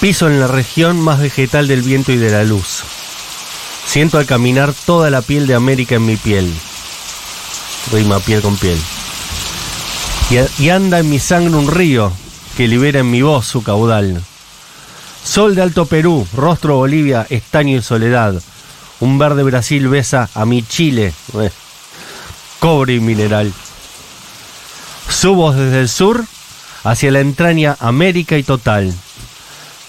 Piso en la región más vegetal del viento y de la luz. Siento al caminar toda la piel de América en mi piel. Rima piel con piel. Y, a- y anda en mi sangre un río que libera en mi voz su caudal. Sol de Alto Perú, rostro Bolivia, estaño y soledad. Un verde Brasil besa a mi Chile. eh, Cobre y mineral. Subo desde el sur hacia la entraña América y total.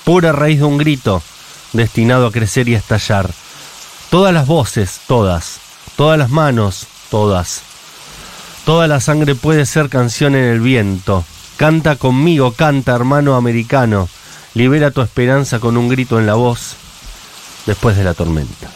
Pura raíz de un grito destinado a crecer y a estallar. Todas las voces, todas. Todas las manos, todas. Toda la sangre puede ser canción en el viento. Canta conmigo, canta hermano americano. Libera tu esperanza con un grito en la voz después de la tormenta.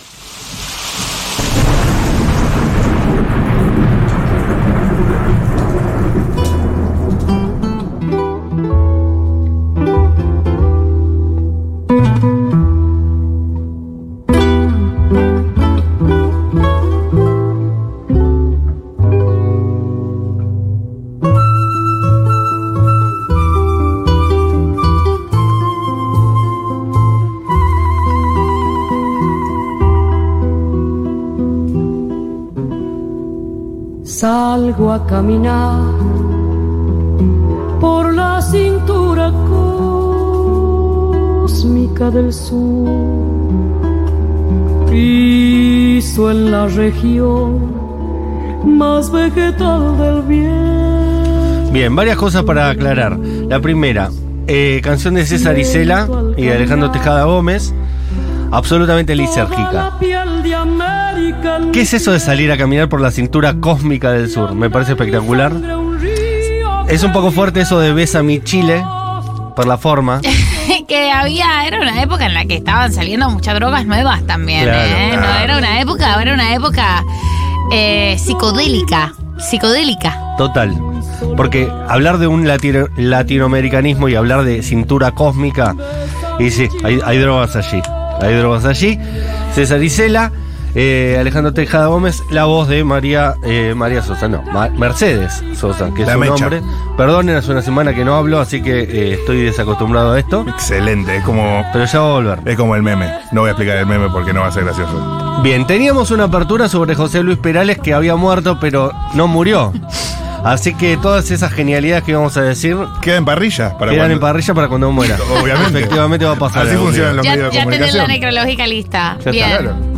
Salgo a caminar por la cintura cósmica del sur. Piso en la región más vegetal del bien. Bien, varias cosas para aclarar. La primera, eh, canción de César Isela y de Alejandro Tejada Gómez, absolutamente lisérgica. ¿Qué es eso de salir a caminar por la cintura cósmica del sur? Me parece espectacular. Es un poco fuerte eso de Besa mi Chile, por la forma. que había, era una época en la que estaban saliendo muchas drogas nuevas también, Claro, ¿eh? No, claro. era una época, era una época eh, psicodélica, psicodélica. Total. Porque hablar de un latino- latinoamericanismo y hablar de cintura cósmica, y sí, hay, hay drogas allí. Hay drogas allí. César Isela, eh, Alejandro Tejada Gómez, la voz de María eh, María Sosa, no, Ma- Mercedes Sosa, que es La su mecha. nombre. Perdonen, hace una semana que no hablo, así que eh, estoy desacostumbrado a esto. Excelente, es como, Pero ya va a volver. es como el meme. No voy a explicar el meme porque no va a ser gracioso. Bien, teníamos una apertura sobre José Luis Perales que había muerto, pero no murió. Así que todas esas genialidades que íbamos a decir Queda en parrilla para quedan cuando- en parrilla para cuando muera. Obviamente. Efectivamente va a pasar. Así algún funcionan día. Ya, los medios de ya tenés la comunicación. necrológica lista. Ya está. Bien. Claro.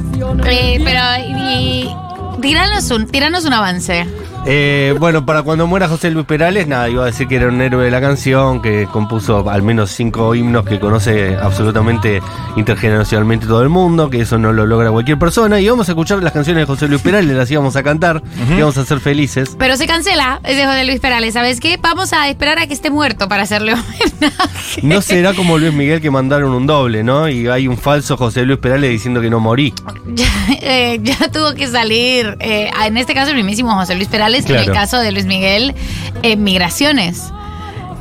Eh, pero, y, y- tiranos, un, tiranos un avance. Eh, bueno, para cuando muera José Luis Perales, nada, iba a decir que era un héroe de la canción, que compuso al menos cinco himnos que conoce absolutamente intergeneracionalmente todo el mundo, que eso no lo logra cualquier persona. Y vamos a escuchar las canciones de José Luis Perales, las íbamos a cantar, íbamos a ser felices. Pero se cancela ese José Luis Perales, ¿sabes qué? Vamos a esperar a que esté muerto para hacerle homenaje. No será como Luis Miguel que mandaron un doble, ¿no? Y hay un falso José Luis Perales diciendo que no morí. Ya, eh, ya tuvo que salir, eh, en este caso el mismísimo José Luis Perales, en Claro. el caso de Luis Miguel, en Migraciones.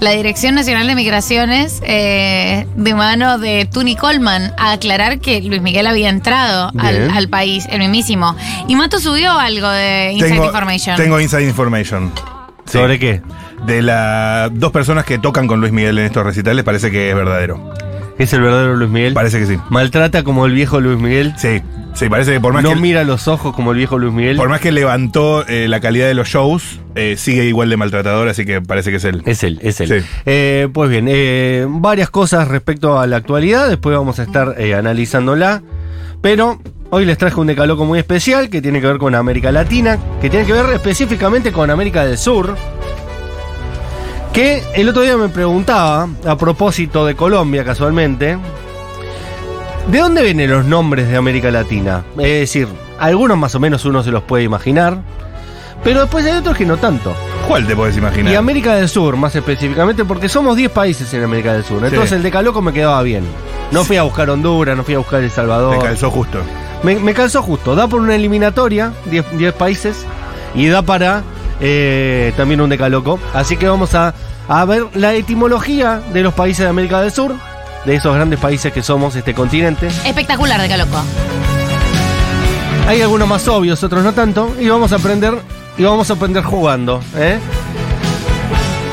La Dirección Nacional de Migraciones, eh, de mano de Tuni Coleman, a aclarar que Luis Miguel había entrado al, Bien. al país, el mismísimo. Y Mato subió algo de Inside Tengo- Information. Tengo Inside Information. Sí. ¿Sobre qué? De las dos personas que tocan con Luis Miguel en estos recitales, parece que es verdadero. ¿Es el verdadero Luis Miguel? Parece que sí. ¿Maltrata como el viejo Luis Miguel? Sí, sí, parece que por más ¿No que. mira los ojos como el viejo Luis Miguel? Por más que levantó eh, la calidad de los shows, eh, sigue igual de maltratador, así que parece que es él. Es él, es él. Sí. Eh, pues bien, eh, varias cosas respecto a la actualidad, después vamos a estar eh, analizándola, pero hoy les traje un decaloco muy especial que tiene que ver con América Latina, que tiene que ver específicamente con América del Sur, que el otro día me preguntaba, a propósito de Colombia casualmente, ¿de dónde vienen los nombres de América Latina? Es decir, algunos más o menos uno se los puede imaginar, pero después hay otros que no tanto. ¿Cuál te podés imaginar? Y América del Sur, más específicamente, porque somos 10 países en América del Sur. Entonces Sí. el decaloco me quedaba bien. No fui a buscar Honduras, no fui a buscar El Te Salvador. calzó justo. Me, me calzó justo. Da por una eliminatoria, 10 10 países, y da para eh, también un decaloco. Así que vamos a, a ver la etimología de los países de América del Sur, de esos grandes países que somos, este continente. Espectacular de Caloco. Hay algunos más obvios, otros no tanto, y vamos a aprender, y vamos a aprender jugando. ¿eh?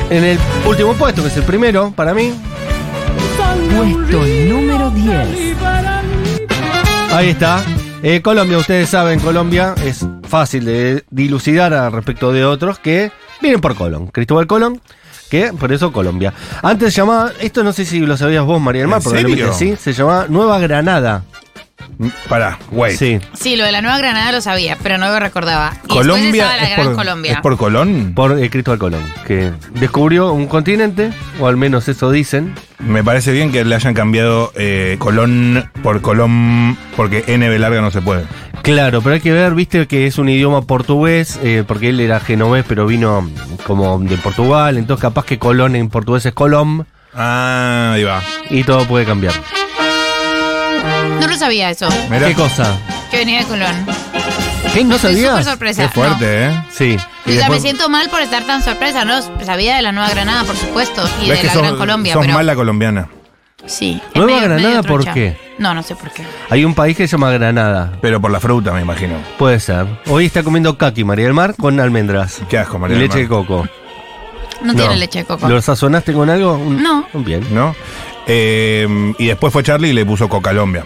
En el último puesto, que es el primero, para mí, Puesto número 10. Ahí está. Eh, Colombia, ustedes saben, Colombia es fácil de dilucidar al respecto de otros que vienen por Colón. Cristóbal Colón, que por eso Colombia. Antes se llamaba, esto no sé si lo sabías vos, María del Mar, ¿En probablemente sí, serio? se llamaba Nueva Granada. Pará, güey. Sí, Sí, lo de la Nueva Granada lo sabía, pero no lo recordaba. Y después Colombia. estaba la es Gran por, Colombia. ¿Es por Colón? por eh, Cristóbal Colón, que descubrió un continente, o al menos eso dicen. Me parece bien que le hayan cambiado eh, Colón por Colón, porque NB larga no se puede. Claro, pero hay que ver, viste que es un idioma portugués, eh, porque él era genovés, pero vino como de Portugal, entonces capaz que Colón en portugués es Colón Ah, ahí va. y todo puede cambiar. No lo sabía eso, Mirá. ¿Qué cosa? que venía de Colón. ¿Qué? ¿No Estoy súper sabías? sorpresa. Qué no. fuerte, ¿eh? Sí. Yo Y ya me después- siento mal por estar tan sorpresa, ¿no? Sabía de la Nueva Granada, por supuesto, y Ves de que la sos, Gran Colombia, sos pero. mala colombiana. Sí. es ¿Nueva medio- Granada medio por trucha. qué? No, no sé por qué. Hay un país que se llama Granada. Pero por la fruta, me imagino. Puede ser. Hoy está comiendo kaki, María del Mar, con almendras. Qué asco, Y María. del leche de Mar. coco. No, tiene leche de coco. ¿Lo sazonaste con algo? Un- No. un Bien. ¿No? Eh, y después fue Charlie y le puso Colombia.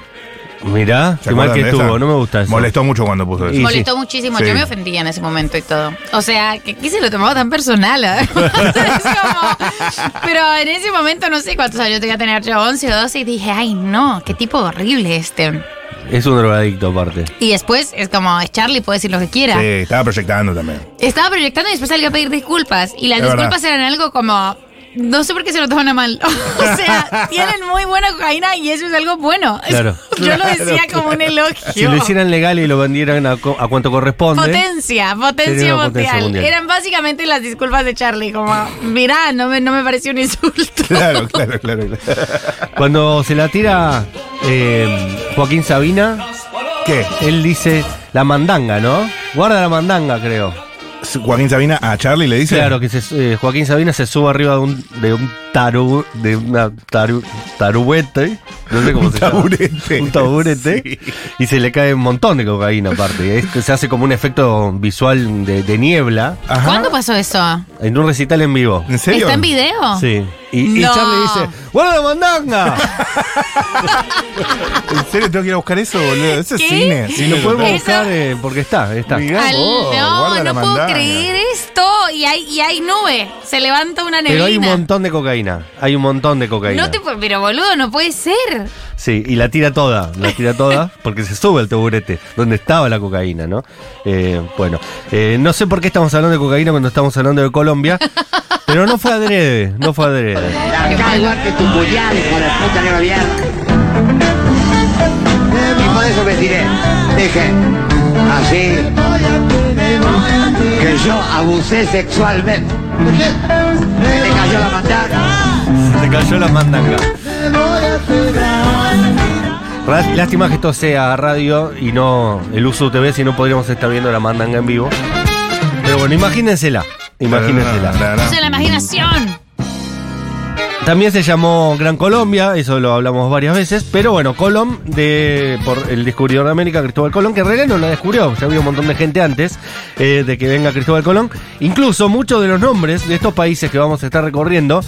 Mirá, ¿Se qué mal acuerdan que de estuvo. esa? No me gusta eso. Molestó mucho cuando puso eso. Y- Molestó muchísimo, Sí. yo me ofendía en ese momento y todo. O sea, que, que se lo tomaba tan personal. además. Es como- pero en ese momento no sé cuántos años tenía que tener yo, 11 o 12, y dije, ay no, qué tipo horrible este. Es un drogadicto aparte. Y después es como, es Charlie, puede decir lo que quiera. Sí, estaba proyectando también. Estaba proyectando y después salió a pedir disculpas. Y las Es disculpas eran algo como. No sé por qué se lo toman a mal. O sea, tienen muy buena cocaína y eso es algo bueno. Claro. Yo lo decía como un elogio. Si lo hicieran legal y lo vendieran a, co- a cuanto corresponde. Potencia, potencia Sería una mundial. potencia mundial. Eran básicamente las disculpas de Charlie, como, mirá, no me, no me pareció un insulto. Claro, claro, claro. claro. Cuando se la tira eh, Joaquín Sabina, ¿Qué? él dice la mandanga, ¿no? Guarda la mandanga, creo. Joaquín Sabina a Charlie le dice. Claro, que se- eh, Joaquín Sabina se sube arriba de un, de un taru, de una taru, taruete, no sé cómo se llama. taburete. Un taburete. Y se le cae un montón de cocaína aparte. Es que se hace como un efecto visual de, de niebla Ajá. ¿Cuándo pasó eso? en un recital en vivo. ¿En serio? ¿Está en video? Sí. Y, y No. Charlie dice, ¡Guarda la mandanga! ¿En serio tengo que ir a buscar eso, boludo? Ese es ¿Qué? cine. y cine lo podemos total. Eso- buscar eh, porque está, está. Mirá. Al- vos, no, Oh, guarda la no puedo mandanga. creer esto. Y hay, y hay nube. Se levanta una neblina. Pero hay un montón de cocaína. Hay un montón de cocaína. No te pu- pero boludo, no puede ser. Sí, y la tira toda, la tira toda, porque se sube al taburete, donde estaba la cocaína, ¿no? Eh, bueno, eh, no sé por qué estamos hablando de cocaína cuando estamos hablando de Colombia, pero no fue adrede, no fue adrede. Acá igual que tus mundiales, por la puta que lo vieron. Y por eso me tiré. Dije, así, que yo abusé sexualmente. Me cayó la mandana. Se cayó la mandanga. Ra- Lástima que esto sea radio y no el uso TV, si no podríamos estar viendo la mandanga en vivo. Pero bueno, imagínensela, imagínensela. Eso es la imaginación. También se llamó Gran Colombia, eso lo hablamos varias veces, pero bueno, Colón, de, por el descubridor de América, Cristóbal Colón, que en realidad no la descubrió, ya había un montón de gente antes eh, de que venga Cristóbal Colón. Incluso muchos de los nombres de estos países que vamos a estar recorriendo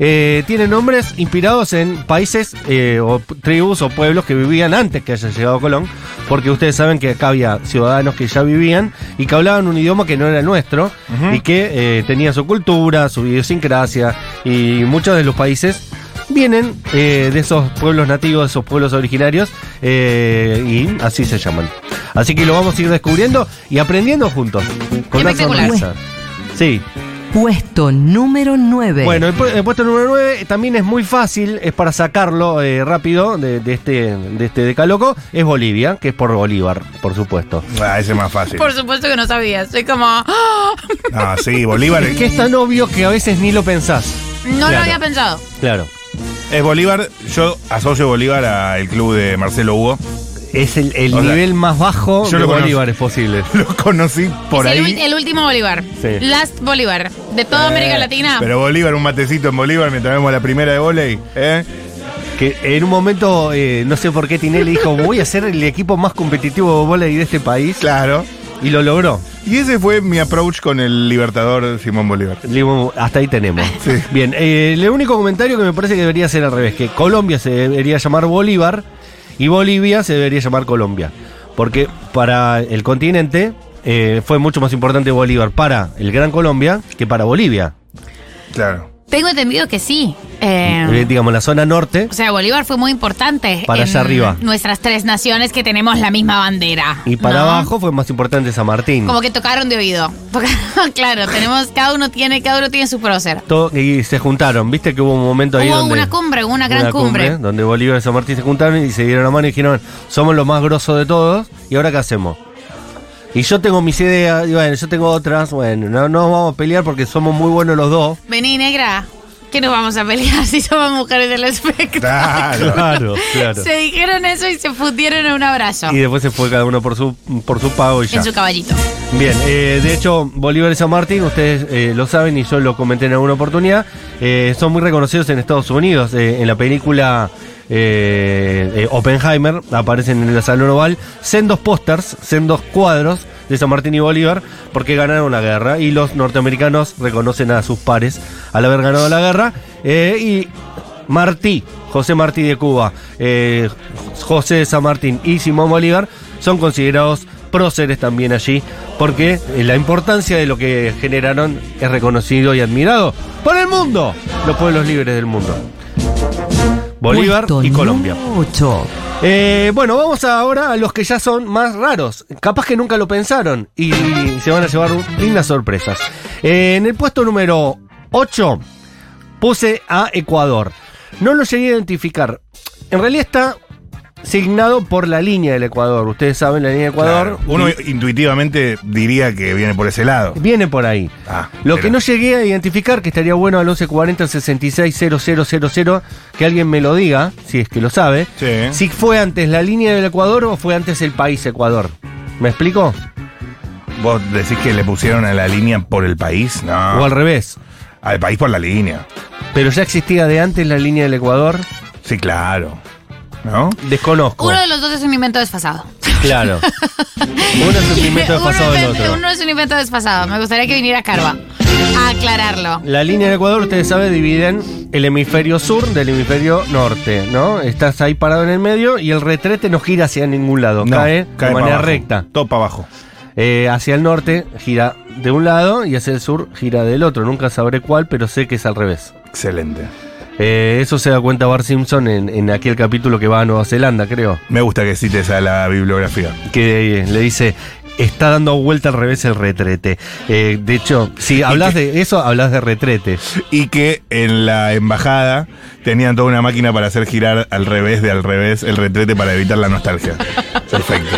eh, tienen nombres inspirados en países eh, o p- tribus o pueblos que vivían antes que haya llegado Colón, porque ustedes saben que acá había ciudadanos que ya vivían y que hablaban un idioma que no era el nuestro y que eh, tenía su cultura, su idiosincrasia y muchos de los países vienen eh, de esos pueblos nativos, de esos pueblos originarios eh, y así se llaman. Así que lo vamos a ir descubriendo y aprendiendo juntos. Con una Espectacular. sonrisa. Sí. Puesto número 9. Bueno, el, pu- el puesto número 9 también es muy fácil, es para sacarlo eh, rápido de, de este de este decaloco, es Bolivia, que es por Bolívar, por supuesto. Ah, ese es más fácil. Por supuesto que no sabía. Soy como. ¡ah! Ah, sí, Bolívar. Que es tan obvio que a veces ni lo pensás. No Claro. lo había pensado. Claro. Es Bolívar, yo asocio Bolívar al club de Marcelo Hugo. Es el, el O sea, nivel más bajo yo de lo conozco. Bolívares posible. Lo conocí por es el ahí. ul- El, último Bolívar. Sí. Last Bolívar. De toda América Eh, Latina. Pero Bolívar, un matecito en Bolívar mientras vemos la primera de volei. ¿eh? Que en un momento, eh, no sé por qué Tinelli dijo, voy a ser el equipo más competitivo de volei de este país. Claro. Y lo logró. Y ese fue mi approach con el libertador Simón Bolívar. Digo, Hasta ahí tenemos. Bien, eh, el único comentario que me parece que debería ser al revés, que Colombia se debería llamar Bolívar y Bolivia se debería llamar Colombia. Porque para el continente eh, fue mucho más importante Bolívar para el Gran Colombia que para Bolivia. Claro. Tengo entendido que sí. Eh, Eh, digamos, la zona norte o sea, Bolívar fue muy importante. Para en allá arriba. Nuestras tres naciones que tenemos la misma bandera. y para ¿no? abajo fue más importante San Martín. Como que tocaron de oído. Tocaron- claro, tenemos, cada uno tiene, cada uno tiene su prócer. Todo- y se juntaron, viste que hubo un momento ahí Hubo donde... una cumbre, una gran cumbre. Donde Bolívar y San Martín se juntaron y se dieron la mano y dijeron, somos los más grosos de todos, ¿y ahora qué hacemos? Y yo tengo mis ideas, y bueno, yo tengo otras, bueno, no, no vamos a pelear porque somos muy buenos los dos. Vení, negra. ¿Qué nos vamos a pelear si somos mujeres del espectro? Claro. Claro, claro. Se dijeron eso y se fundieron en un abrazo. Y después se fue cada uno por su, por su pago y ya. En su caballito. Bien, eh, de hecho, Bolívar y San Martín, ustedes eh, lo saben y yo lo comenté en alguna oportunidad, eh, son muy reconocidos en Estados Unidos. Eh, en la película eh, eh, Oppenheimer aparecen en el Salón Oval sendos pósters, sendos cuadros de San Martín y Bolívar porque ganaron la guerra y los norteamericanos reconocen a sus pares al haber ganado la guerra. eh, y Martí, José Martí de Cuba, eh, José de San Martín y Simón Bolívar son considerados próceres también allí, porque eh, la importancia de lo que generaron es reconocido y admirado por el mundo, los pueblos libres del mundo. Bolívar Puesto y Colombia. ocho. Eh, bueno, vamos ahora a los que ya son más raros. Capaz que nunca lo pensaron y se van a llevar lindas sorpresas. Eh, en el puesto número 8 puse a Ecuador. No lo llegué a identificar. En realidad está signado por la línea del Ecuador. Ustedes saben la línea del Ecuador. Claro. Uno intuitivamente diría que viene por ese lado. Viene por ahí. Ah, Lo pero- que no llegué a identificar, que estaría bueno al 1140 66 000, que alguien me lo diga, si es que lo sabe, Sí. si fue antes la línea del Ecuador o fue antes el país Ecuador. ¿Me explico? ¿Vos decís que le pusieron a la línea por el país? O No. al revés. Al país por la línea. Pero ya existía de antes la línea del Ecuador, Sí, claro. ¿No? desconozco. Uno de los dos es un invento desfasado. Claro. Uno es un invento pasado uno, del inventa- otro. uno es un invento desfasado. Me gustaría que viniera Carva a aclararlo. La línea del Ecuador, ustedes saben, dividen el hemisferio sur del hemisferio norte, ¿no? Estás ahí parado en el medio y el retrete no gira hacia ningún lado, No, cae, cae de pa' manera abajo. recta. Todo para abajo. Eh, hacia el norte gira de un lado y hacia el sur gira del otro. Nunca sabré cuál, pero sé que es al revés. Excelente. Eh, eso se da cuenta Bart Simpson en, en aquel capítulo que va a Nueva Zelanda, creo. Me gusta que cites a la bibliografía. Que eh, le dice, está dando vuelta al revés el retrete. Eh, de hecho, si hablas de eso, hablas de retrete. Y que en la embajada tenían toda una máquina para hacer girar al revés de al revés el retrete para evitar la nostalgia. Perfecto.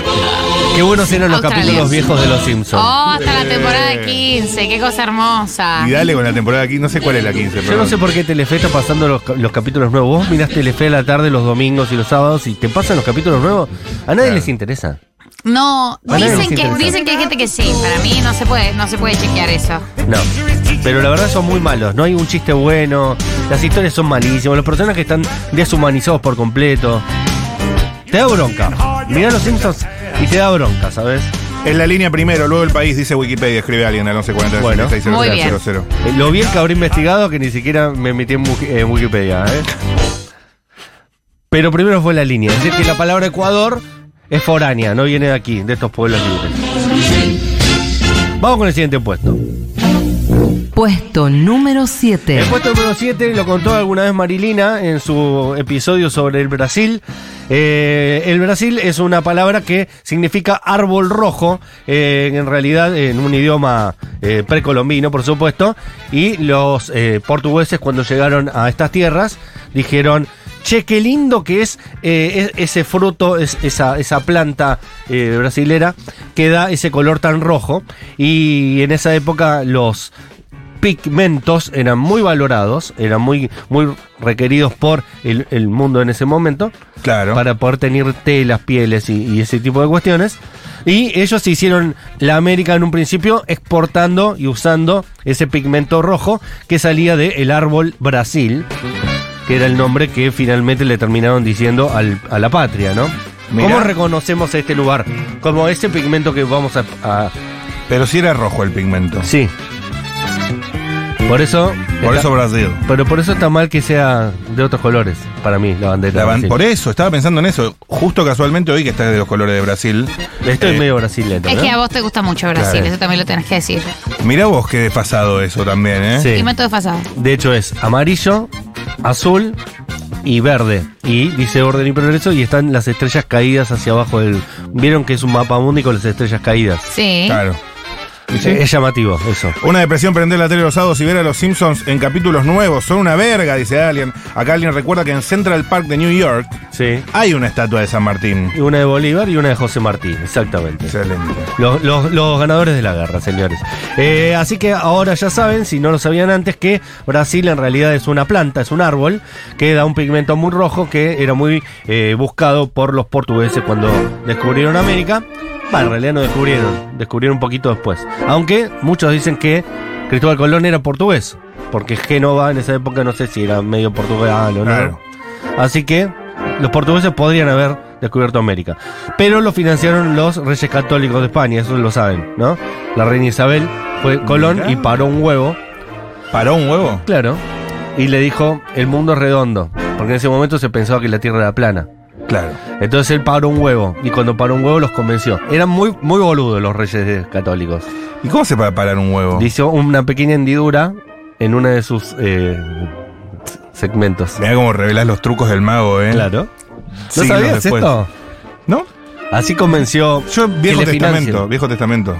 Qué buenos eran los Australia. capítulos viejos de Los Simpsons. Oh, hasta la temporada de 15. Qué cosa hermosa. Y dale con la temporada aquí, no sé cuál es la 15, Yo pero. no sé por qué Telefe está pasando los, ca- los capítulos nuevos. Vos mirás Telefe a la tarde los domingos y los sábados y te pasan los capítulos nuevos. A nadie Claro. les interesa. No, Bueno, es dicen que, interesante. dicen que hay gente que sí. Para mí no se puede, no se puede chequear eso. No. Pero la verdad son muy malos. No hay un chiste bueno. Las historias son malísimas. Los personajes están deshumanizados por completo. Te da bronca. Mirá los Simpsons y te da bronca, ¿sabes? Es la línea primero, luego el país dice Wikipedia, escribe alguien al 1140 Bueno. 66 Muy bien. 00. Eh, Lo bien que habré investigado que ni siquiera me metí en, Wiki- en Wikipedia, ¿eh? Pero primero fue la línea. Es decir, que la palabra Ecuador es foránea, no viene de aquí, de estos pueblos libres. Vamos con el siguiente puesto. Puesto número El 7. puesto número 7 lo contó alguna vez Marilina en su episodio sobre el Brasil. Eh, el Brasil es una palabra que significa árbol rojo, eh, en realidad en un idioma eh, precolombino, por supuesto. Y los eh, portugueses cuando llegaron a estas tierras dijeron, che, qué lindo que es, eh, es- ese fruto, es- esa, esa planta eh, brasilera que da ese color tan rojo. Y en esa época los pigmentos eran muy valorados, eran muy, muy requeridos por el, el mundo en ese momento, Claro. para poder tener telas, pieles y, y ese tipo de cuestiones. Y ellos se hicieron la América en un principio exportando y usando ese pigmento rojo que salía del árbol Brasil, que era el nombre que finalmente le terminaron diciendo al- a la patria, ¿no? Mirá. ¿Cómo reconocemos este lugar? Como ese pigmento que vamos a- a, Pero sí era rojo el pigmento. Sí. Por eso. Por está- eso Brasil. Pero por eso está mal que sea de otros colores, para mí, la bandera. La ban- de Por Brasil. eso, estaba pensando en eso. Justo casualmente hoy que está de los colores de Brasil. Esto es Eh, medio brasileño, Es que a ¿no? vos te gusta mucho Brasil, Claro. eso también lo tenés que decir. Mirá vos qué desfasado eso también, ¿eh? Sí. Y me todo desfasado. De hecho, es amarillo, azul y verde. Y dice orden y progreso y están las estrellas caídas hacia abajo del. Vieron que es un mapa mundi con las estrellas caídas. Sí. Claro. ¿Y sí? Es llamativo, eso. Una depresión prender la tele los sábados y ver a los Simpsons en capítulos nuevos. Son una verga, dice alguien. Acá alguien recuerda que en Central Park de New York Sí. hay una estatua de San Martín. Y una de Bolívar y una de José Martí, exactamente. Excelente. Los, los- los ganadores de la guerra, señores. Eh, así que ahora ya saben, si no lo sabían antes, que Brasil en realidad es una planta, es un árbol que da un pigmento muy rojo que era muy eh, buscado por los portugueses cuando descubrieron América. Bah, en realidad no descubrieron, descubrieron un poquito después. Aunque muchos dicen que Cristóbal Colón era portugués, porque Génova en esa época no sé si era medio portugués o no. Claro. Así que los portugueses podrían haber descubierto América. Pero lo financiaron los reyes católicos de España, eso lo saben, ¿no? La reina Isabel fue Colón Mirá. y paró un huevo, ¿Paró un huevo? claro, y le dijo, el mundo es redondo, porque en ese momento se pensaba que la Tierra era plana. Claro. Entonces él paró un huevo, y cuando paró un huevo los convenció. Eran muy, muy boludos los reyes de- católicos. ¿Y cómo se puede parar un huevo? Le hizo una pequeña hendidura en uno de sus eh, segmentos. Mirá cómo revelás los trucos del mago, ¿eh? Claro. ¿No Siglos sabías después. esto? ¿No? Así convenció. Yo, Viejo que le Testamento, financien. Viejo Testamento.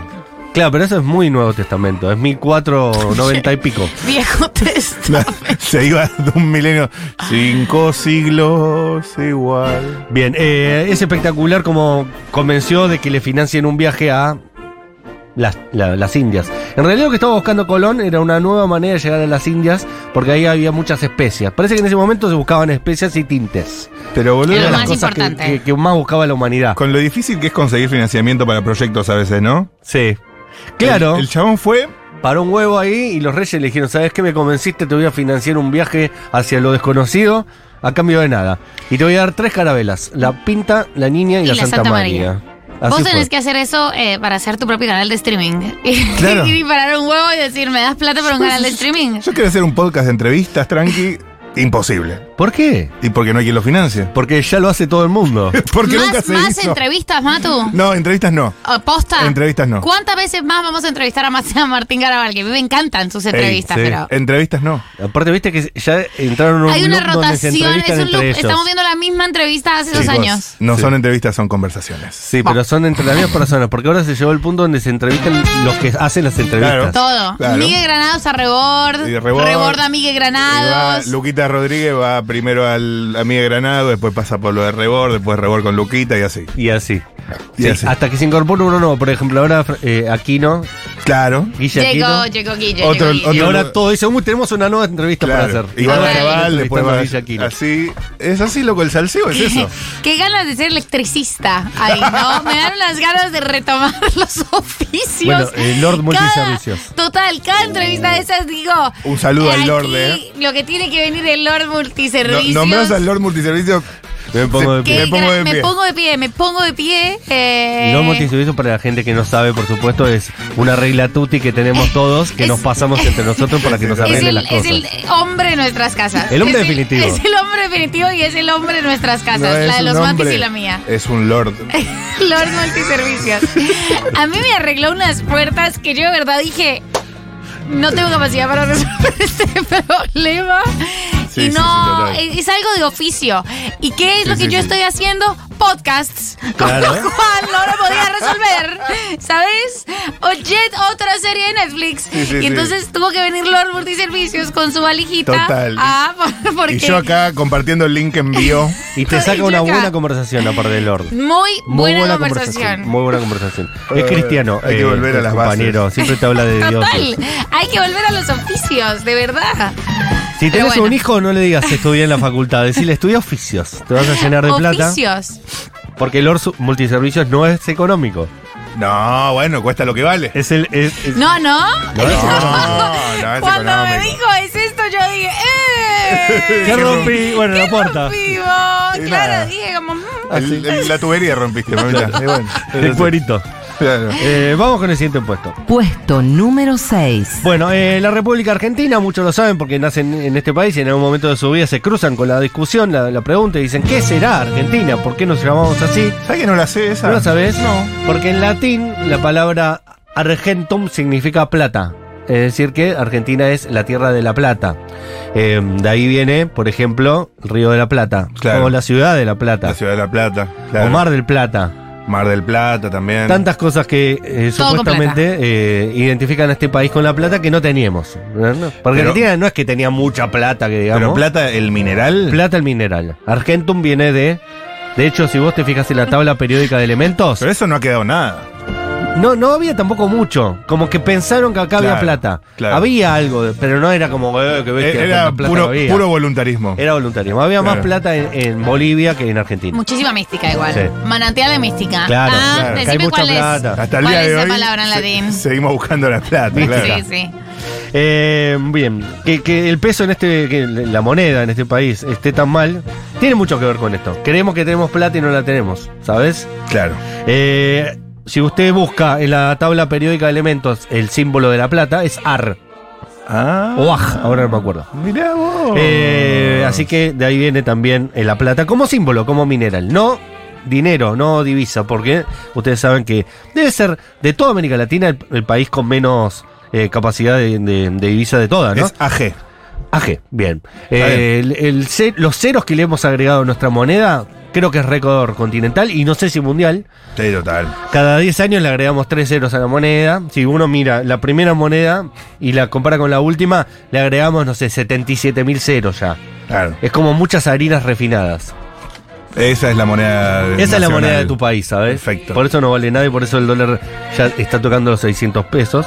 Claro, pero eso es muy Nuevo Testamento, es 1490 y pico. Viejo test. La- se iba de un milenio. Cinco siglos igual. Bien, eh, es espectacular como convenció de que le financien un viaje a las, la- las Indias. En realidad lo que estaba buscando Colón era una nueva manera de llegar a las Indias, porque ahí había muchas especias. Parece que en ese momento se buscaban especias y tintes. Pero Era boludo, lo Eran más que- importante. Que, que más buscaba la humanidad. con lo difícil que es conseguir financiamiento para proyectos a veces, ¿no? Sí. Claro. El, el chabón fue. Paró un huevo ahí y los reyes le dijeron, ¿sabes qué? Me convenciste, te voy a financiar un viaje hacia lo desconocido a cambio de nada. Y te voy a dar tres carabelas, la Pinta, la Niña y, la, Santa, María. Así Vos fue. tenés que hacer eso eh, para hacer tu propio canal de streaming. Y- Claro. y parar un huevo y decir, ¿me das plata para un canal de streaming? Yo quiero hacer un podcast de entrevistas, tranqui. Imposible. ¿Por qué? Y porque no hay quien lo financie. Porque ya lo hace todo el mundo. Porque nunca Más, se más hizo. entrevistas, Matu. No, entrevistas no. ¿O ¿Posta? Entrevistas no. ¿Cuántas veces más vamos a entrevistar a Martín, a Martín Garabal? Que a mí me encantan sus entrevistas, Ey, sí. pero. Entrevistas no. Aparte, viste que ya entraron en un Hay una loop donde se rotación, es entrevistan un loop. entre ellos. Estamos viendo la misma entrevista hace dos Chicos, años. No Sí. son entrevistas, son conversaciones. Sí, pero son entre las mismas personas, porque ahora se llegó el punto donde se entrevistan los que hacen las entrevistas. Todo. Claro. Miguel Granados a Rebord. Y de Rebord. Rebord a Miguel Va, Granados. Luquita Rodríguez va primero al amigo Granado, después pasa por lo de Rebord, después Rebord con Luquita y así. Y así. Y Sí, así. Hasta que se incorpora uno nuevo. Por ejemplo, ahora eh, Aquino, Claro. Guille Aquino. Llegó, llegó Guille. Otro- llegó Guille. Y otro- ahora todo dice, "Uy, tenemos una nueva entrevista para hacer. Igual Ah, a Ah, Cabal, después Entrevistando va a Villa Aquino. así. Es así, loco, el salseo es eso. Qué ganas de ser electricista ahí, ¿no? Me dan las ganas de retomar los oficios. Bueno, eh, Lord Multiservicios. Cada- Total, cada entrevista de esas digo. Oh. Un saludo al aquí Lord, ¿eh? Lo que tiene que venir el Lord Multiservicios. No, nombrás al Lord Multiservicio. Me pongo de Qué Me pie. pongo gra- de Me pie. pongo de pie, me pongo de pie. eh, No multiservicio para la gente que no sabe, por supuesto, es una regla tuti que tenemos todos, que Es- nos pasamos entre nosotros para que nos es arreglen el, las es cosas. el hombre de nuestras casas. El hombre Es definitivo. Es el hombre definitivo y es el hombre de nuestras casas. No es la de los un matis hombre, y la mía. Es un Lord. Lord Multiservicios. A mí me arregló unas puertas que yo de verdad dije, no tengo capacidad para resolver este problema. Sí, y sí, no, eh, sí, total. es, es algo de oficio. ¿Y qué es Sí, lo que sí, yo sí. estoy haciendo? Podcasts. Claro. Con lo cual no lo podía resolver, ¿sabes? O Jet, otra serie de Netflix. Sí, sí, y sí. entonces tuvo que venir Lord Multiservicios con su valijita. Total. Ah, porque... Y yo acá compartiendo el link que envió. Y te Y saca yo una acá. buena conversación, aparte del Lord. Muy buena, Muy buena, conversación. Muy buena conversación. Eh, Es cristiano. hay que volver a el las compañero. Siempre te habla de Dios. Total, hay que volver a los oficios, de verdad. Si Pero tenés bueno. un hijo, no le digas estudié en la facultad. Decirle estudia oficios. Te vas a llenar de plata. Oficios. Porque el Lord Multiservicios no es económico. No, bueno, cuesta lo que vale. Es el. es- es- No, no. No, no, es Cuando me económico. dijo es esto, yo dije, ¡eh! ¿Qué rompí? Bueno, ¿Qué la puerta. rompí, vos? Y nada. claro, dije como. mm. El- el- la tubería rompiste, mamita. Y bueno, El cuerito. claro. Eh, vamos con el siguiente puesto. Puesto número 6. Bueno, eh, la República Argentina, muchos lo saben porque nacen en este país y en algún momento de su vida se cruzan con la discusión, la, la pregunta y dicen, ¿qué será Argentina? ¿Por qué nos llamamos así? ¿Sabes que no la sé esa? ¿No lo sabes? No. Porque en latín la palabra argentum significa plata. Es decir, que Argentina es la tierra de la plata. Eh, de ahí viene, por ejemplo, el río de la Plata. Claro. O la ciudad de la Plata. La ciudad de La Plata. O claro. Mar del Plata. Mar del Plata también. Tantas cosas que eh, Todo con supuestamente eh, identifican a este país con la plata que no teníamos. ¿no? Porque Pero- Argentina no es que tenía mucha plata, que digamos. Pero plata, el mineral. Plata el mineral. Argentum viene de. De hecho, si vos te fijas en la tabla periódica de elementos, Pero eso no ha quedado nada. no, no había tampoco mucho. Como que pensaron que acá había Claro, plata. claro. Había algo, de- pero no era como eh, que ves que Era tanta plata puro, no había. puro voluntarismo. Era voluntario. Había más Claro. plata en, en Bolivia que en Argentina. Muchísima mística igual. Sí. Manantial de mística. Claro, ah, claro, que hay decime mucha cuál plata. es. Hasta el ¿Cuál día es de esa hoy. palabra en se- latín? seguimos buscando la plata, claro. Sí, sí. Eh, bien, que, que el peso en este, que la moneda en este país esté tan mal, tiene mucho que ver con esto. Creemos que tenemos plata y no la tenemos, ¿sabes? Claro. Eh, si usted busca en la tabla periódica de elementos el símbolo de la plata, es AR Ah. o AJ, ahora no me acuerdo. Mirá vos. Eh, así que de ahí viene también eh, la plata como símbolo, como mineral. No dinero, no divisa, porque ustedes saben que debe ser de toda América Latina el, el país con menos eh, capacidad de, de- de divisa de todas, ¿no? Es AG. AG, bien. Eh, el- el ce- los ceros que le hemos agregado a nuestra moneda, creo que es récord continental y no sé si mundial. Sí, total. Cada 10 años le agregamos 3 ceros a la moneda. Si uno mira la primera moneda y la compara con la última, le agregamos, no sé, 77 mil ceros ya. Claro. Es como muchas harinas refinadas. Esa es la moneda. Esa es la moneda de tu país, ¿sabes? Perfecto. Por eso no vale nada y por eso el dólar ya está tocando los 600 pesos.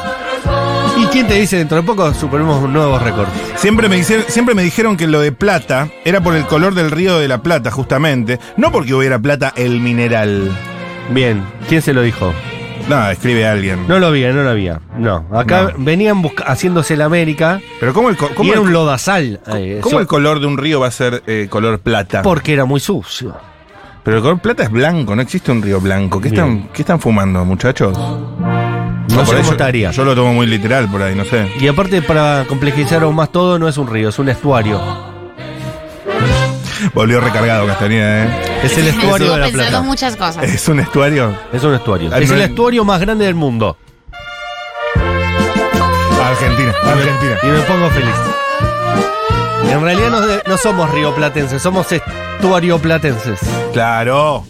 ¿Y quién te dice dentro de poco superemos un nuevo récord? Siempre me, dice- siempre me dijeron que lo de plata era por el color del río de la plata, justamente. No porque hubiera plata el mineral. Bien, ¿quién se lo dijo? No, escribe alguien. No lo había, no lo había. No, acá No. venían busca- haciéndose la América Pero ¿cómo el, co- y cómo era el- un lodazal. eh, cómo eso- el color de un río va a ser eh, color plata? porque era muy sucio. Pero el color plata es blanco, no existe un río blanco. ¿Qué están, ¿qué están fumando, muchachos? No, No sé por ahí cómo yo- estaría. Yo lo tomo muy literal por ahí, no sé. Y aparte, para complejizar aún más todo, no es un río, es un estuario. Volvió recargado Castañeda, ¿eh? Es el estuario Estuvo de la pensando plata. Eh. muchas cosas. ¿Es un estuario? Es un estuario. Ah, Es no el es- estuario más grande del mundo. Argentina, Argentina. Y me pongo feliz. En realidad no, de- no somos rioplatenses, somos estuarioplatenses. Claro.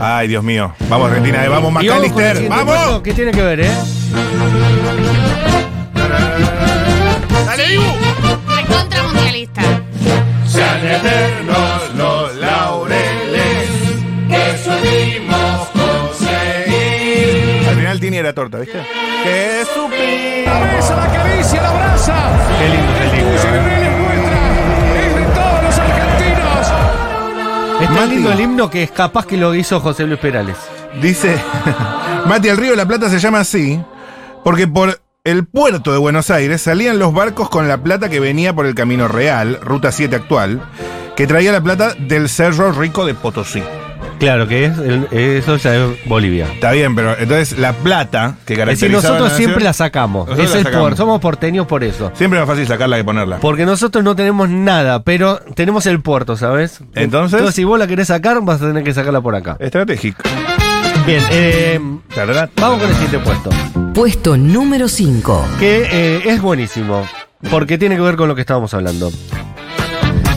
Ay, Dios mío. Vamos, Argentina, eh, vamos, Y vamos con el Macalister. siguiente ¡Vamos! puesto, ¿Qué tiene que ver, eh? ¡Dale, Dibu! Recontra mundialista. Sean eternos los laureles que supimos conseguir. Al final Tini era torta, ¿viste? Que supimos. Besa, la acaricia, la abraza. Qué lindo, qué lindo. Ese nivel es nuestra, es de todos los argentinos. Es tan Mati. lindo el himno que es capaz que lo hizo José Luis Perales. Dice, Mati, el río de la Plata se llama así porque por el puerto de Buenos Aires salían los barcos con la plata que venía por el Camino Real, Ruta 7 actual, que traía la plata del Cerro Rico de Potosí. Claro que es, el- eso ya es Bolivia. Está bien, pero entonces la plata que Es decir, caracterizaba a nosotros la siempre la nación- sacamos. Nosotros Es la el sacamos. por- somos porteños por eso. Siempre es más fácil sacarla que ponerla. Porque nosotros no tenemos nada, pero tenemos el puerto, ¿sabes? Entonces- Entonces, si vos la querés sacar, vas a tener que sacarla por acá. Estratégico. Bien, eh, Tarará. vamos con el siguiente puesto. Puesto número 5. Que eh, es buenísimo, porque tiene que ver con lo que estábamos hablando.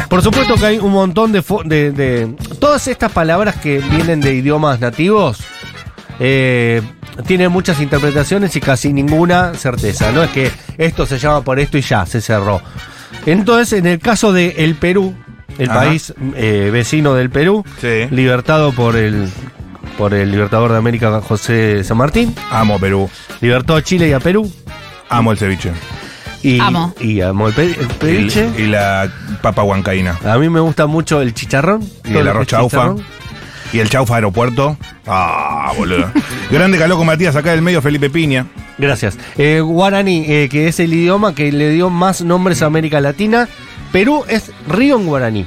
Por supuesto que hay un montón de, fo- de- de- Todas estas palabras que vienen de idiomas nativos eh, tienen muchas interpretaciones y casi ninguna certeza. No es que esto se llama por esto y ya, se cerró. Entonces, en el caso de el Perú, el Ajá. país eh, vecino del Perú, Sí. libertado por el, por el libertador de América José San Martín, Amo Perú. libertó a Chile y a Perú. Amo el ceviche. Y, Amo. Y amo el, pe- el Y, peliche. y la papa huancaína. A mí me gusta mucho el chicharrón. Y todo el lo que arroz es chaufa. chicharrón. Y el chaufa aeropuerto. Ah, boludo. Grande caló con Matías acá del medio, Felipe Piña. Gracias. Eh, guaraní, eh, que es el idioma que le dio más nombres a América Latina. Perú es río en guaraní.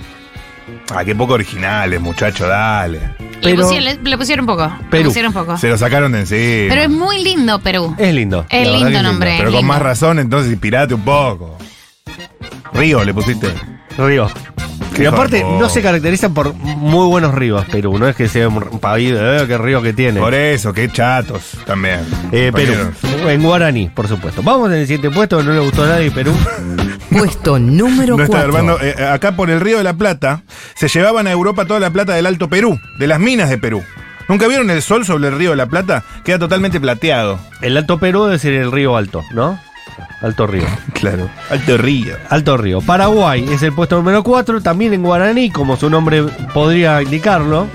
Ah, qué poco originales, muchacho, dale. Le, Pero- pusieron, le- le pusieron poco. Le Perú. pusieron poco. Se lo sacaron de encima. Pero es muy lindo Perú. Eh, Es lindo. Es La verdad que lindo sí, nombre. Pero es con lindo. más razón, entonces inspirate un poco. Río le pusiste. Río. Qué Y aparte, joder. no se caracterizan por muy buenos ríos Perú. No es que sea un país de eh, qué río que tiene. Por eso, qué chatos también. Eh, Perú. Compañeros. En guaraní, por supuesto. Vamos en el siguiente puesto. No le gustó a nadie Perú. Puesto número No está 4. grabando. Eh, acá por el río de la Plata se llevaban a Europa toda la plata del Alto Perú, de las minas de Perú. ¿Nunca vieron el sol sobre el río de la Plata? Queda totalmente plateado. El Alto Perú debe ser el río alto, ¿no? Alto río. Claro. Alto río. Alto Río. Paraguay es el puesto número 4, también en guaraní, como su nombre podría indicarlo.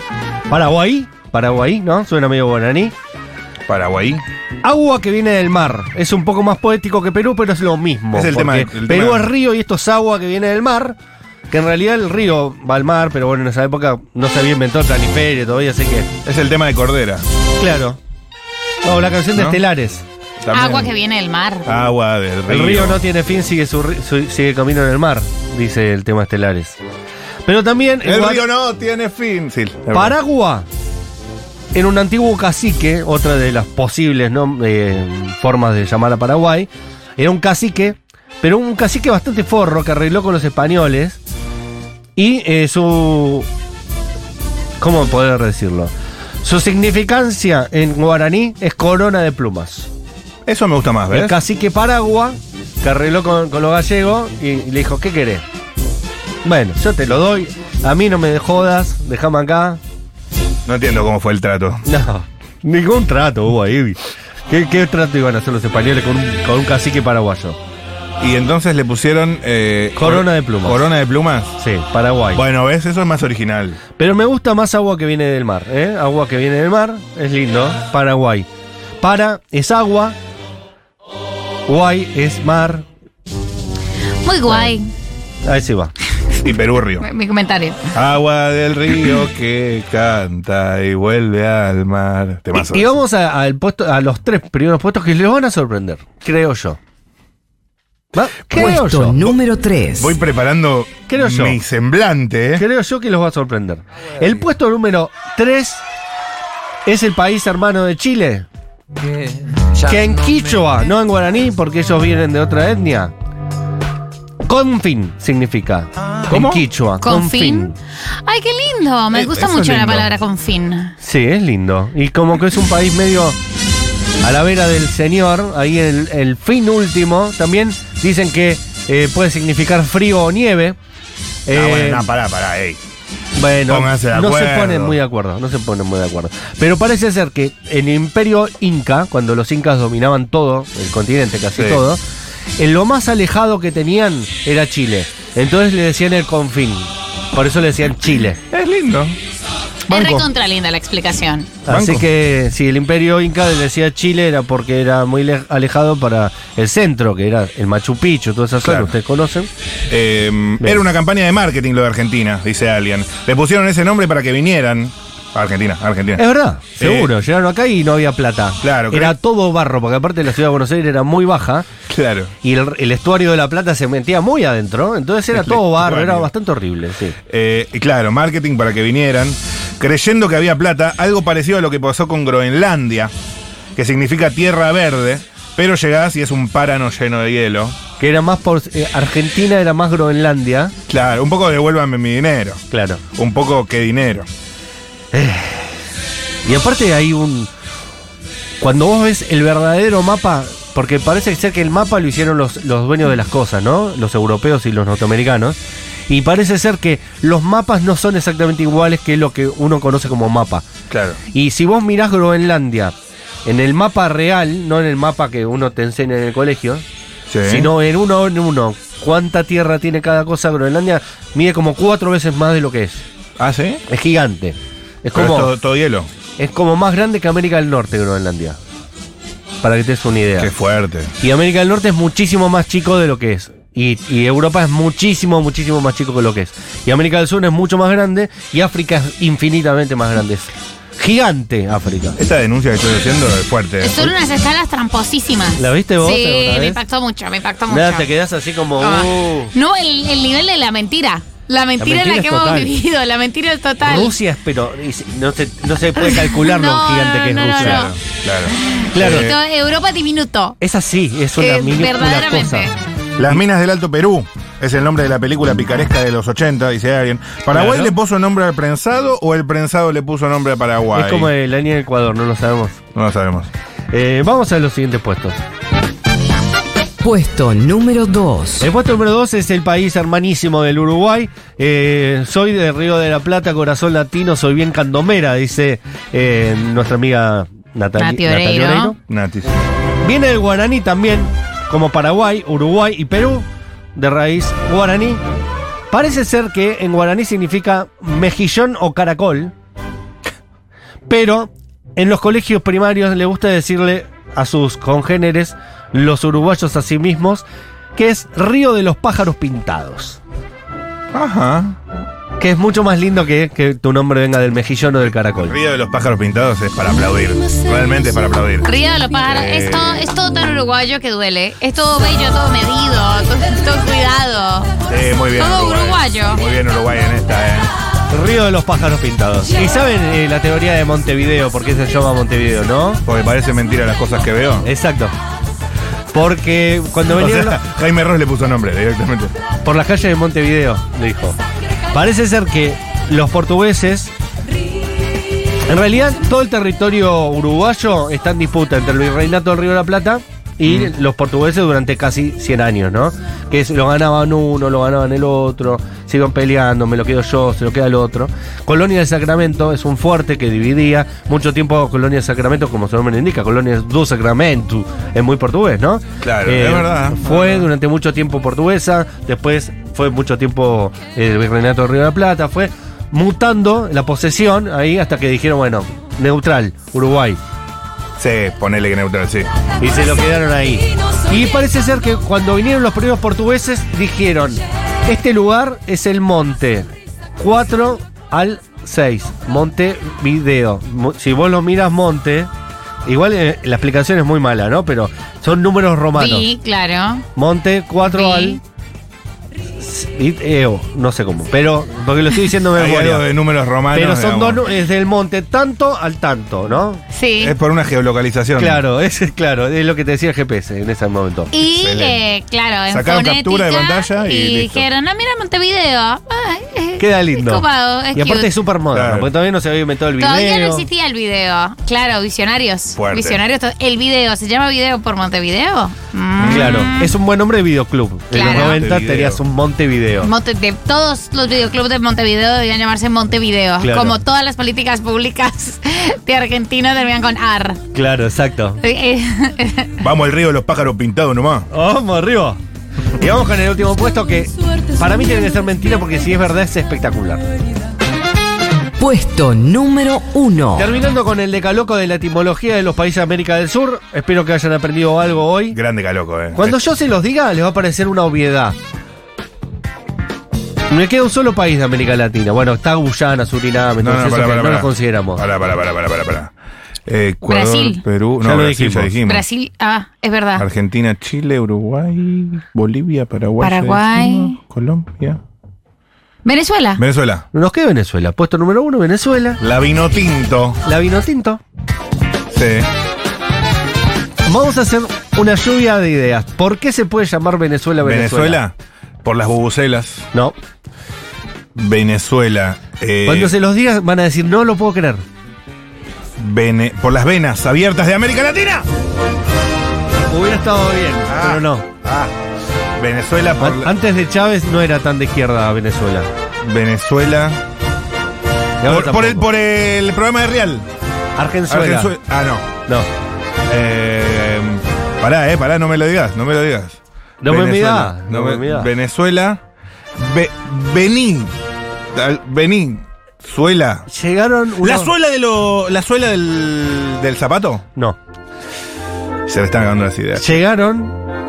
Paraguay, Paraguay, ¿no? Suena medio guaraní. Paraguay. Agua que viene del mar. Es un poco más poético que Perú, pero es lo mismo. Es el tema- porque el Perú tema- es río y esto es agua que viene del mar. Que en realidad el río va al mar, pero bueno, en esa época no se había inventado el planiferio todavía, así que. Es el tema de Cordera. Claro. No, la canción de ¿No? Estelares. También. Agua que viene del mar. Agua del río. El río no tiene fin, sigue, su, ri- su- sigue camino en el mar, dice el tema Estelares. Pero también. en El Guar- río no tiene fin. Sí, es verdad. Paragua era un antiguo cacique, otra de las posibles ¿no? Eh, formas de llamar a Paraguay. Era un cacique, pero un cacique bastante forro que arregló con los españoles. Y eh, su. ¿Cómo poder decirlo? Su significancia en guaraní es corona de plumas. Eso me gusta más, El ¿ves? cacique Paragua que arregló con, con los gallegos y, y le dijo: ¿Qué querés? Bueno, yo te lo doy. A mí no me jodas, dejame acá. No entiendo cómo fue el trato. No, ningún trato hubo ahí. ¿Qué, qué trato iban a hacer los españoles con un, con un cacique paraguayo? Y entonces le pusieron. eh, Corona cor- de plumas. Corona de plumas. Sí, Paraguay. Bueno, ¿ves? Eso es más original. Pero me gusta más agua que viene del mar, ¿eh? Agua que viene del mar, es lindo. Paraguay. Para es agua, guay es mar. Muy guay. Ahí se va. Y Perú río. Mi comentario. Agua del río que canta y vuelve al mar. Temazo. Y, y vamos a, al puesto, a los tres primeros puestos que les van a sorprender, creo yo. ¿Va? Creo Puesto yo. número 3. Voy preparando Creo yo. mi semblante. ¿eh? Creo yo que los va a sorprender. Ah, El puesto número 3 es el país hermano de Chile. Que en Quichua, no en guaraní, porque ellos vienen de otra etnia. Confin significa. Ah. ¿Cómo? En Quichua. Confín. Ay, qué lindo. Me Eh, gusta eso es mucho la lindo. palabra confín. Sí, es lindo. Y como que es un país medio a la vera del Señor, ahí el, el fin último. También dicen que eh, puede significar frío o nieve. Ah, Eh, bueno, no, pará, pará, ey. Bueno, Pónganse de no se acuerdo. ponen muy de acuerdo, no se ponen muy de acuerdo. Pero parece ser que en el imperio inca, cuando los incas dominaban todo, el continente casi Sí. todo, en lo más alejado que tenían era Chile. Entonces le decían el confín. Por eso le decían Chile. Es lindo. Es Banco. recontra linda la explicación. Así Banco. que si el imperio inca le decía Chile era porque era muy le- alejado para el centro, que era el Machu Picchu, toda esa zona, Claro. ustedes conocen. Eh, era una campaña de marketing lo de Argentina, dice alguien. Le pusieron ese nombre para que vinieran. Argentina, Argentina. Es verdad, seguro. Llegaron acá y no había plata. Claro, Era creo- todo barro, porque aparte la ciudad de Buenos Aires era muy baja. Claro. Y el, el estuario de La Plata se metía muy adentro, entonces era El todo barro, era estuario. bastante horrible, sí. Eh, y claro, marketing para que vinieran. Creyendo que había plata, algo parecido a lo que pasó con Groenlandia, que significa tierra verde, pero llegás y es un párano lleno de hielo. Que era más por... eh, Argentina era más Groenlandia. Claro, un poco devuélvame mi dinero. Claro. Un poco qué dinero. Y aparte hay un... Cuando vos ves el verdadero mapa, porque parece ser que el mapa lo hicieron los, los dueños de las cosas, ¿no? Los europeos y los norteamericanos. Y parece ser que los mapas no son exactamente iguales que lo que uno conoce como mapa. Claro. Y si vos mirás Groenlandia en el mapa real, no en el mapa que uno te enseña en el colegio, Sí. sino en uno en uno, cuánta tierra tiene cada cosa, Groenlandia mide como cuatro veces más de lo que es. ¿Ah, sí? Es gigante. Es Pero como, es todo, todo hielo. es como más grande que América del Norte, Groenlandia. Para que te des una idea. Qué fuerte. Y América del Norte es muchísimo más chico de lo que es. Y, y Europa es muchísimo, muchísimo más chico que lo que es. Y América del Sur es mucho más grande. Y África es infinitamente más grande. Es gigante África. Esta denuncia que estoy haciendo es fuerte. Son unas escalas tramposísimas. Eh, ¿La viste vos Sí, alguna me vez? impactó mucho, me impactó mucho. Nada, te quedás así como. Ah. "Uh". No, el, el nivel de la mentira. La mentira mentira, en la es que hemos total. vivido, la mentira es total. Rusia es, pero y si- no se, no se puede calcular lo No, gigante que es no, no, Rusia. Claro, claro. Claro. Eh, Esto- Europa diminuto. Es así, es una Eh, minúscula verdaderamente. cosa. Las minas del Alto Perú es el nombre de la película picaresca de los 80, dice alguien. ¿Paraguay Claro. le puso nombre al prensado o el prensado le puso nombre a Paraguay? Es como el año de Ecuador, no lo sabemos. No lo sabemos. Eh, vamos a los siguientes puestos. Puesto número 2. El puesto número 2 es el país hermanísimo del Uruguay. Eh, soy de Río de la Plata, corazón latino, soy bien candomera, dice eh, nuestra amiga Natalia, Nati Oreiro. Natalia Oreiro. Natis. Viene del guaraní también, como Paraguay, Uruguay y Perú, de raíz guaraní. Parece ser que en guaraní significa mejillón o caracol, pero en los colegios primarios le gusta decirle a sus congéneres, los uruguayos a sí mismos, que es río de los pájaros pintados. Ajá. Que es mucho más lindo que que tu nombre venga del mejillón o del caracol. El río de los pájaros pintados es para aplaudir. Realmente es para aplaudir. Río de los pájaros. Eh. Es, todo, es todo tan uruguayo que duele. Es todo bello, todo medido, todo, todo cuidado. Sí, muy bien. Todo Uruguay. uruguayo. Muy bien Uruguay en esta, eh. Río de los pájaros pintados. Y saben eh, la teoría de Montevideo, por qué se llama Montevideo, ¿no? Porque parece mentira las cosas que veo. Exacto. Porque cuando O venían sea, Jaime Ross le puso nombre directamente. los- por las calles de Montevideo, le dijo. Parece ser que los portugueses, en realidad todo el territorio uruguayo está en disputa entre el virreinato del Río de la Plata y los portugueses durante casi 100 años, ¿no? Que es, lo ganaban uno, lo ganaban el otro, se iban peleando, me lo quedo yo, se lo queda el otro. Colonia del Sacramento es un fuerte que dividía mucho tiempo Colonia del Sacramento, como su nombre lo indica, Colonia do Sacramento, es muy portugués, ¿no? Eh, Claro, es verdad. Fue durante mucho tiempo portuguesa, después fue mucho tiempo el virreinato de Río de la Plata, fue mutando la posesión ahí hasta que dijeron, bueno, neutral, Uruguay. Sí, ponele que neutral, sí. Y se lo quedaron ahí. Y parece ser que cuando vinieron los primeros portugueses dijeron, este lugar es el monte 4 al 6, monte video. Mo- Si vos lo miras monte, igual eh, la explicación es muy mala, ¿no? Pero son números romanos. Sí, claro. Monte 4 al. Sí. y- Eo, no sé cómo, pero porque lo estoy diciendo de Hay algo memoria. de números romanos. Pero son digamos. dos, nu- es del monte tanto al tanto, ¿no? Sí. Eh, Es por una geolocalización. Claro, es claro, es lo que te decía el GPS en ese momento. Y Excelente. eh, claro, en Sacaron captura de fonética, pantalla y listo. dijeron, ah, mira Montevideo. Ah, eh, Queda lindo. Es copado, es y aparte cute. es súper moderno, Claro. porque todavía no se había inventado el video. Todavía no existía el video. Claro, visionarios. Fuerte. Visionarios. to- El video, ¿se llama video por Montevideo? Mm. Claro, es un buen nombre de videoclub. En los Claro. 90 tenías un Montevideo. Monte- de todos los videoclubs de Montevideo debían llamarse Montevideo. Claro. Como todas las políticas públicas de Argentina terminan con AR. claro, exacto. Eh, eh, Vamos al río de los pájaros pintados nomás. Vamos arriba. Y vamos con el último puesto que para mí tiene que ser mentira porque si es verdad es espectacular. Puesto número 1. Terminando con el decaloco de la etimología de los países de América del Sur, espero que hayan aprendido algo hoy. Grande caloco, eh. Cuando yo se los diga, les va a parecer una obviedad. Me queda un solo país de América Latina. Bueno, está Guyana, Surinam, No, entonces no, eso para, que para, no los consideramos. Para, para, para, para, para, para. Ecuador, Brasil. Perú, no, Ya lo Brasil, ya dijimos. dijimos. Brasil, ah, es verdad. Argentina, Chile, Uruguay, Bolivia, Paraguay, ya Paraguay. dijimos, Colombia. Venezuela. Venezuela. Nos queda Venezuela. Puesto número uno, Venezuela. La vino tinto. La vino tinto. Sí. Vamos a hacer una lluvia de ideas. ¿Por qué se puede llamar Venezuela Venezuela? Venezuela. Por las bubucelas. No. Venezuela. eh, Cuando se los diga van a decir, no lo puedo creer. Vene- por las venas abiertas de América Latina. Hubiera estado bien, Ah. pero no. Ah. Venezuela por An- la- Antes de Chávez no era tan de izquierda Venezuela. Venezuela. Y ahora Por, por el, tampoco. por el programa de Real. Argenzuela. Argenzue- Ah, no. No. Eh, pará, eh, pará, no me lo digas, no me lo digas. No me Venezuela, mirá, no no me- me mirá. Venezuela. Be- Benín. Al- Benín. Suela. Llegaron unos- ¿La suela de lo. la suela del. del zapato? No. Se le están acabando las ideas. Llegaron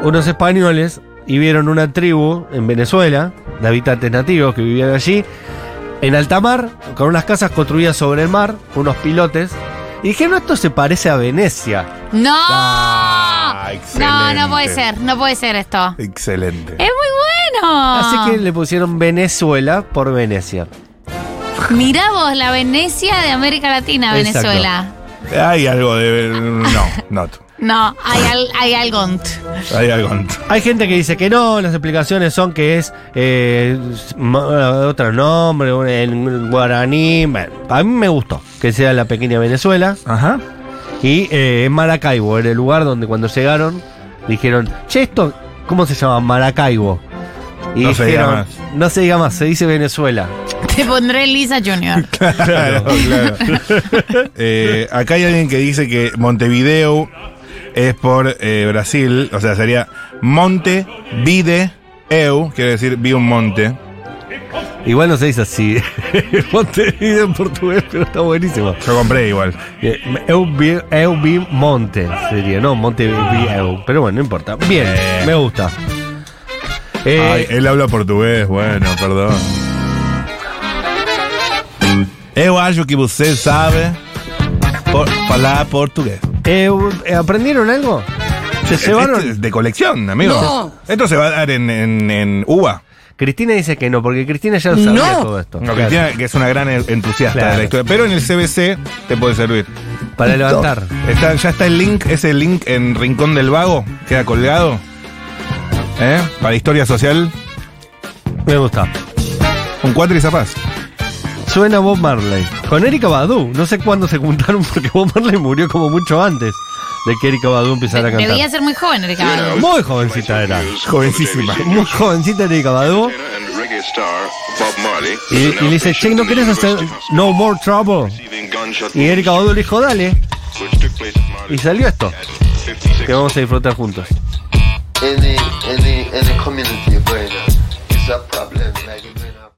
unos españoles y vieron una tribu en Venezuela, de habitantes nativos que vivían allí, en alta mar, con unas casas construidas sobre el mar, con unos pilotes. Y dijeron, esto se parece a Venecia. ¡No! Ah, no, no puede excelente. ser, no puede ser esto. Excelente. ¡Es muy bueno! Así que le pusieron Venezuela por Venecia. Mirá vos, la Venecia de América Latina, Exacto. Venezuela. Hay algo de. No, no. No, hay, al- hay algo. Hay algo. Hay gente que dice que no, las explicaciones son que es eh, ma- otro nombre, un- en guaraní. Bueno, a mí me gustó que sea la pequeña Venezuela. Ajá. Y eh, en Maracaibo, en el lugar donde cuando llegaron dijeron, che, esto, ¿cómo se llama? Maracaibo. Y No se diga dijeron, no se diga más, se dice Venezuela. Te pondré Lisa Junior. Claro, claro. Eh, acá hay alguien que dice que Montevideo es por eh, Brasil, o sea, sería Monte Vide Eu, quiere decir vi un monte. Igual no se dice así. Montevideo en portugués, pero está buenísimo. Yo compré igual. Eh, Eu vi, eu vi Monte, sería, no, Monte Ah. vi eu. Pero bueno, no importa. Bien, me gusta. Eh, Ay, él habla portugués, bueno, perdón. Eu acho que você sabe por, falar portugués. eu- eh, ¿Aprendieron algo? ¿Se llevaron? Este es de colección, amigo. Esto se va a dar en, en, en UBA. Cristina dice que no, porque Cristina ya sabía todo esto. No, Claro. Cristina, que es una gran entusiasta Claro. de la historia. Pero en el CBC te puede servir. Para levantar. Está- ya está el link, ese link en Rincón del Vago, queda colgado. ¿Eh? Para historia social, Me gusta. un cuatro y zapaz. Suena Bob Marley. Con Erika Badu. No sé cuándo se juntaron porque Bob Marley murió como mucho antes de que Erika Badu empezara a Debía cantar. ser muy joven, Ricardo. Muy jovencita era. Jovencísima. Muy jovencita Erika Badu. and reggae star Bob Marley. Y, y le dice, Che, ¿no querés hacer No More Trouble? Y Erika Badu le dijo, dale. Y salió esto, que vamos a disfrutar juntos. Any, any, any community going on is a problem. Like, you bring up-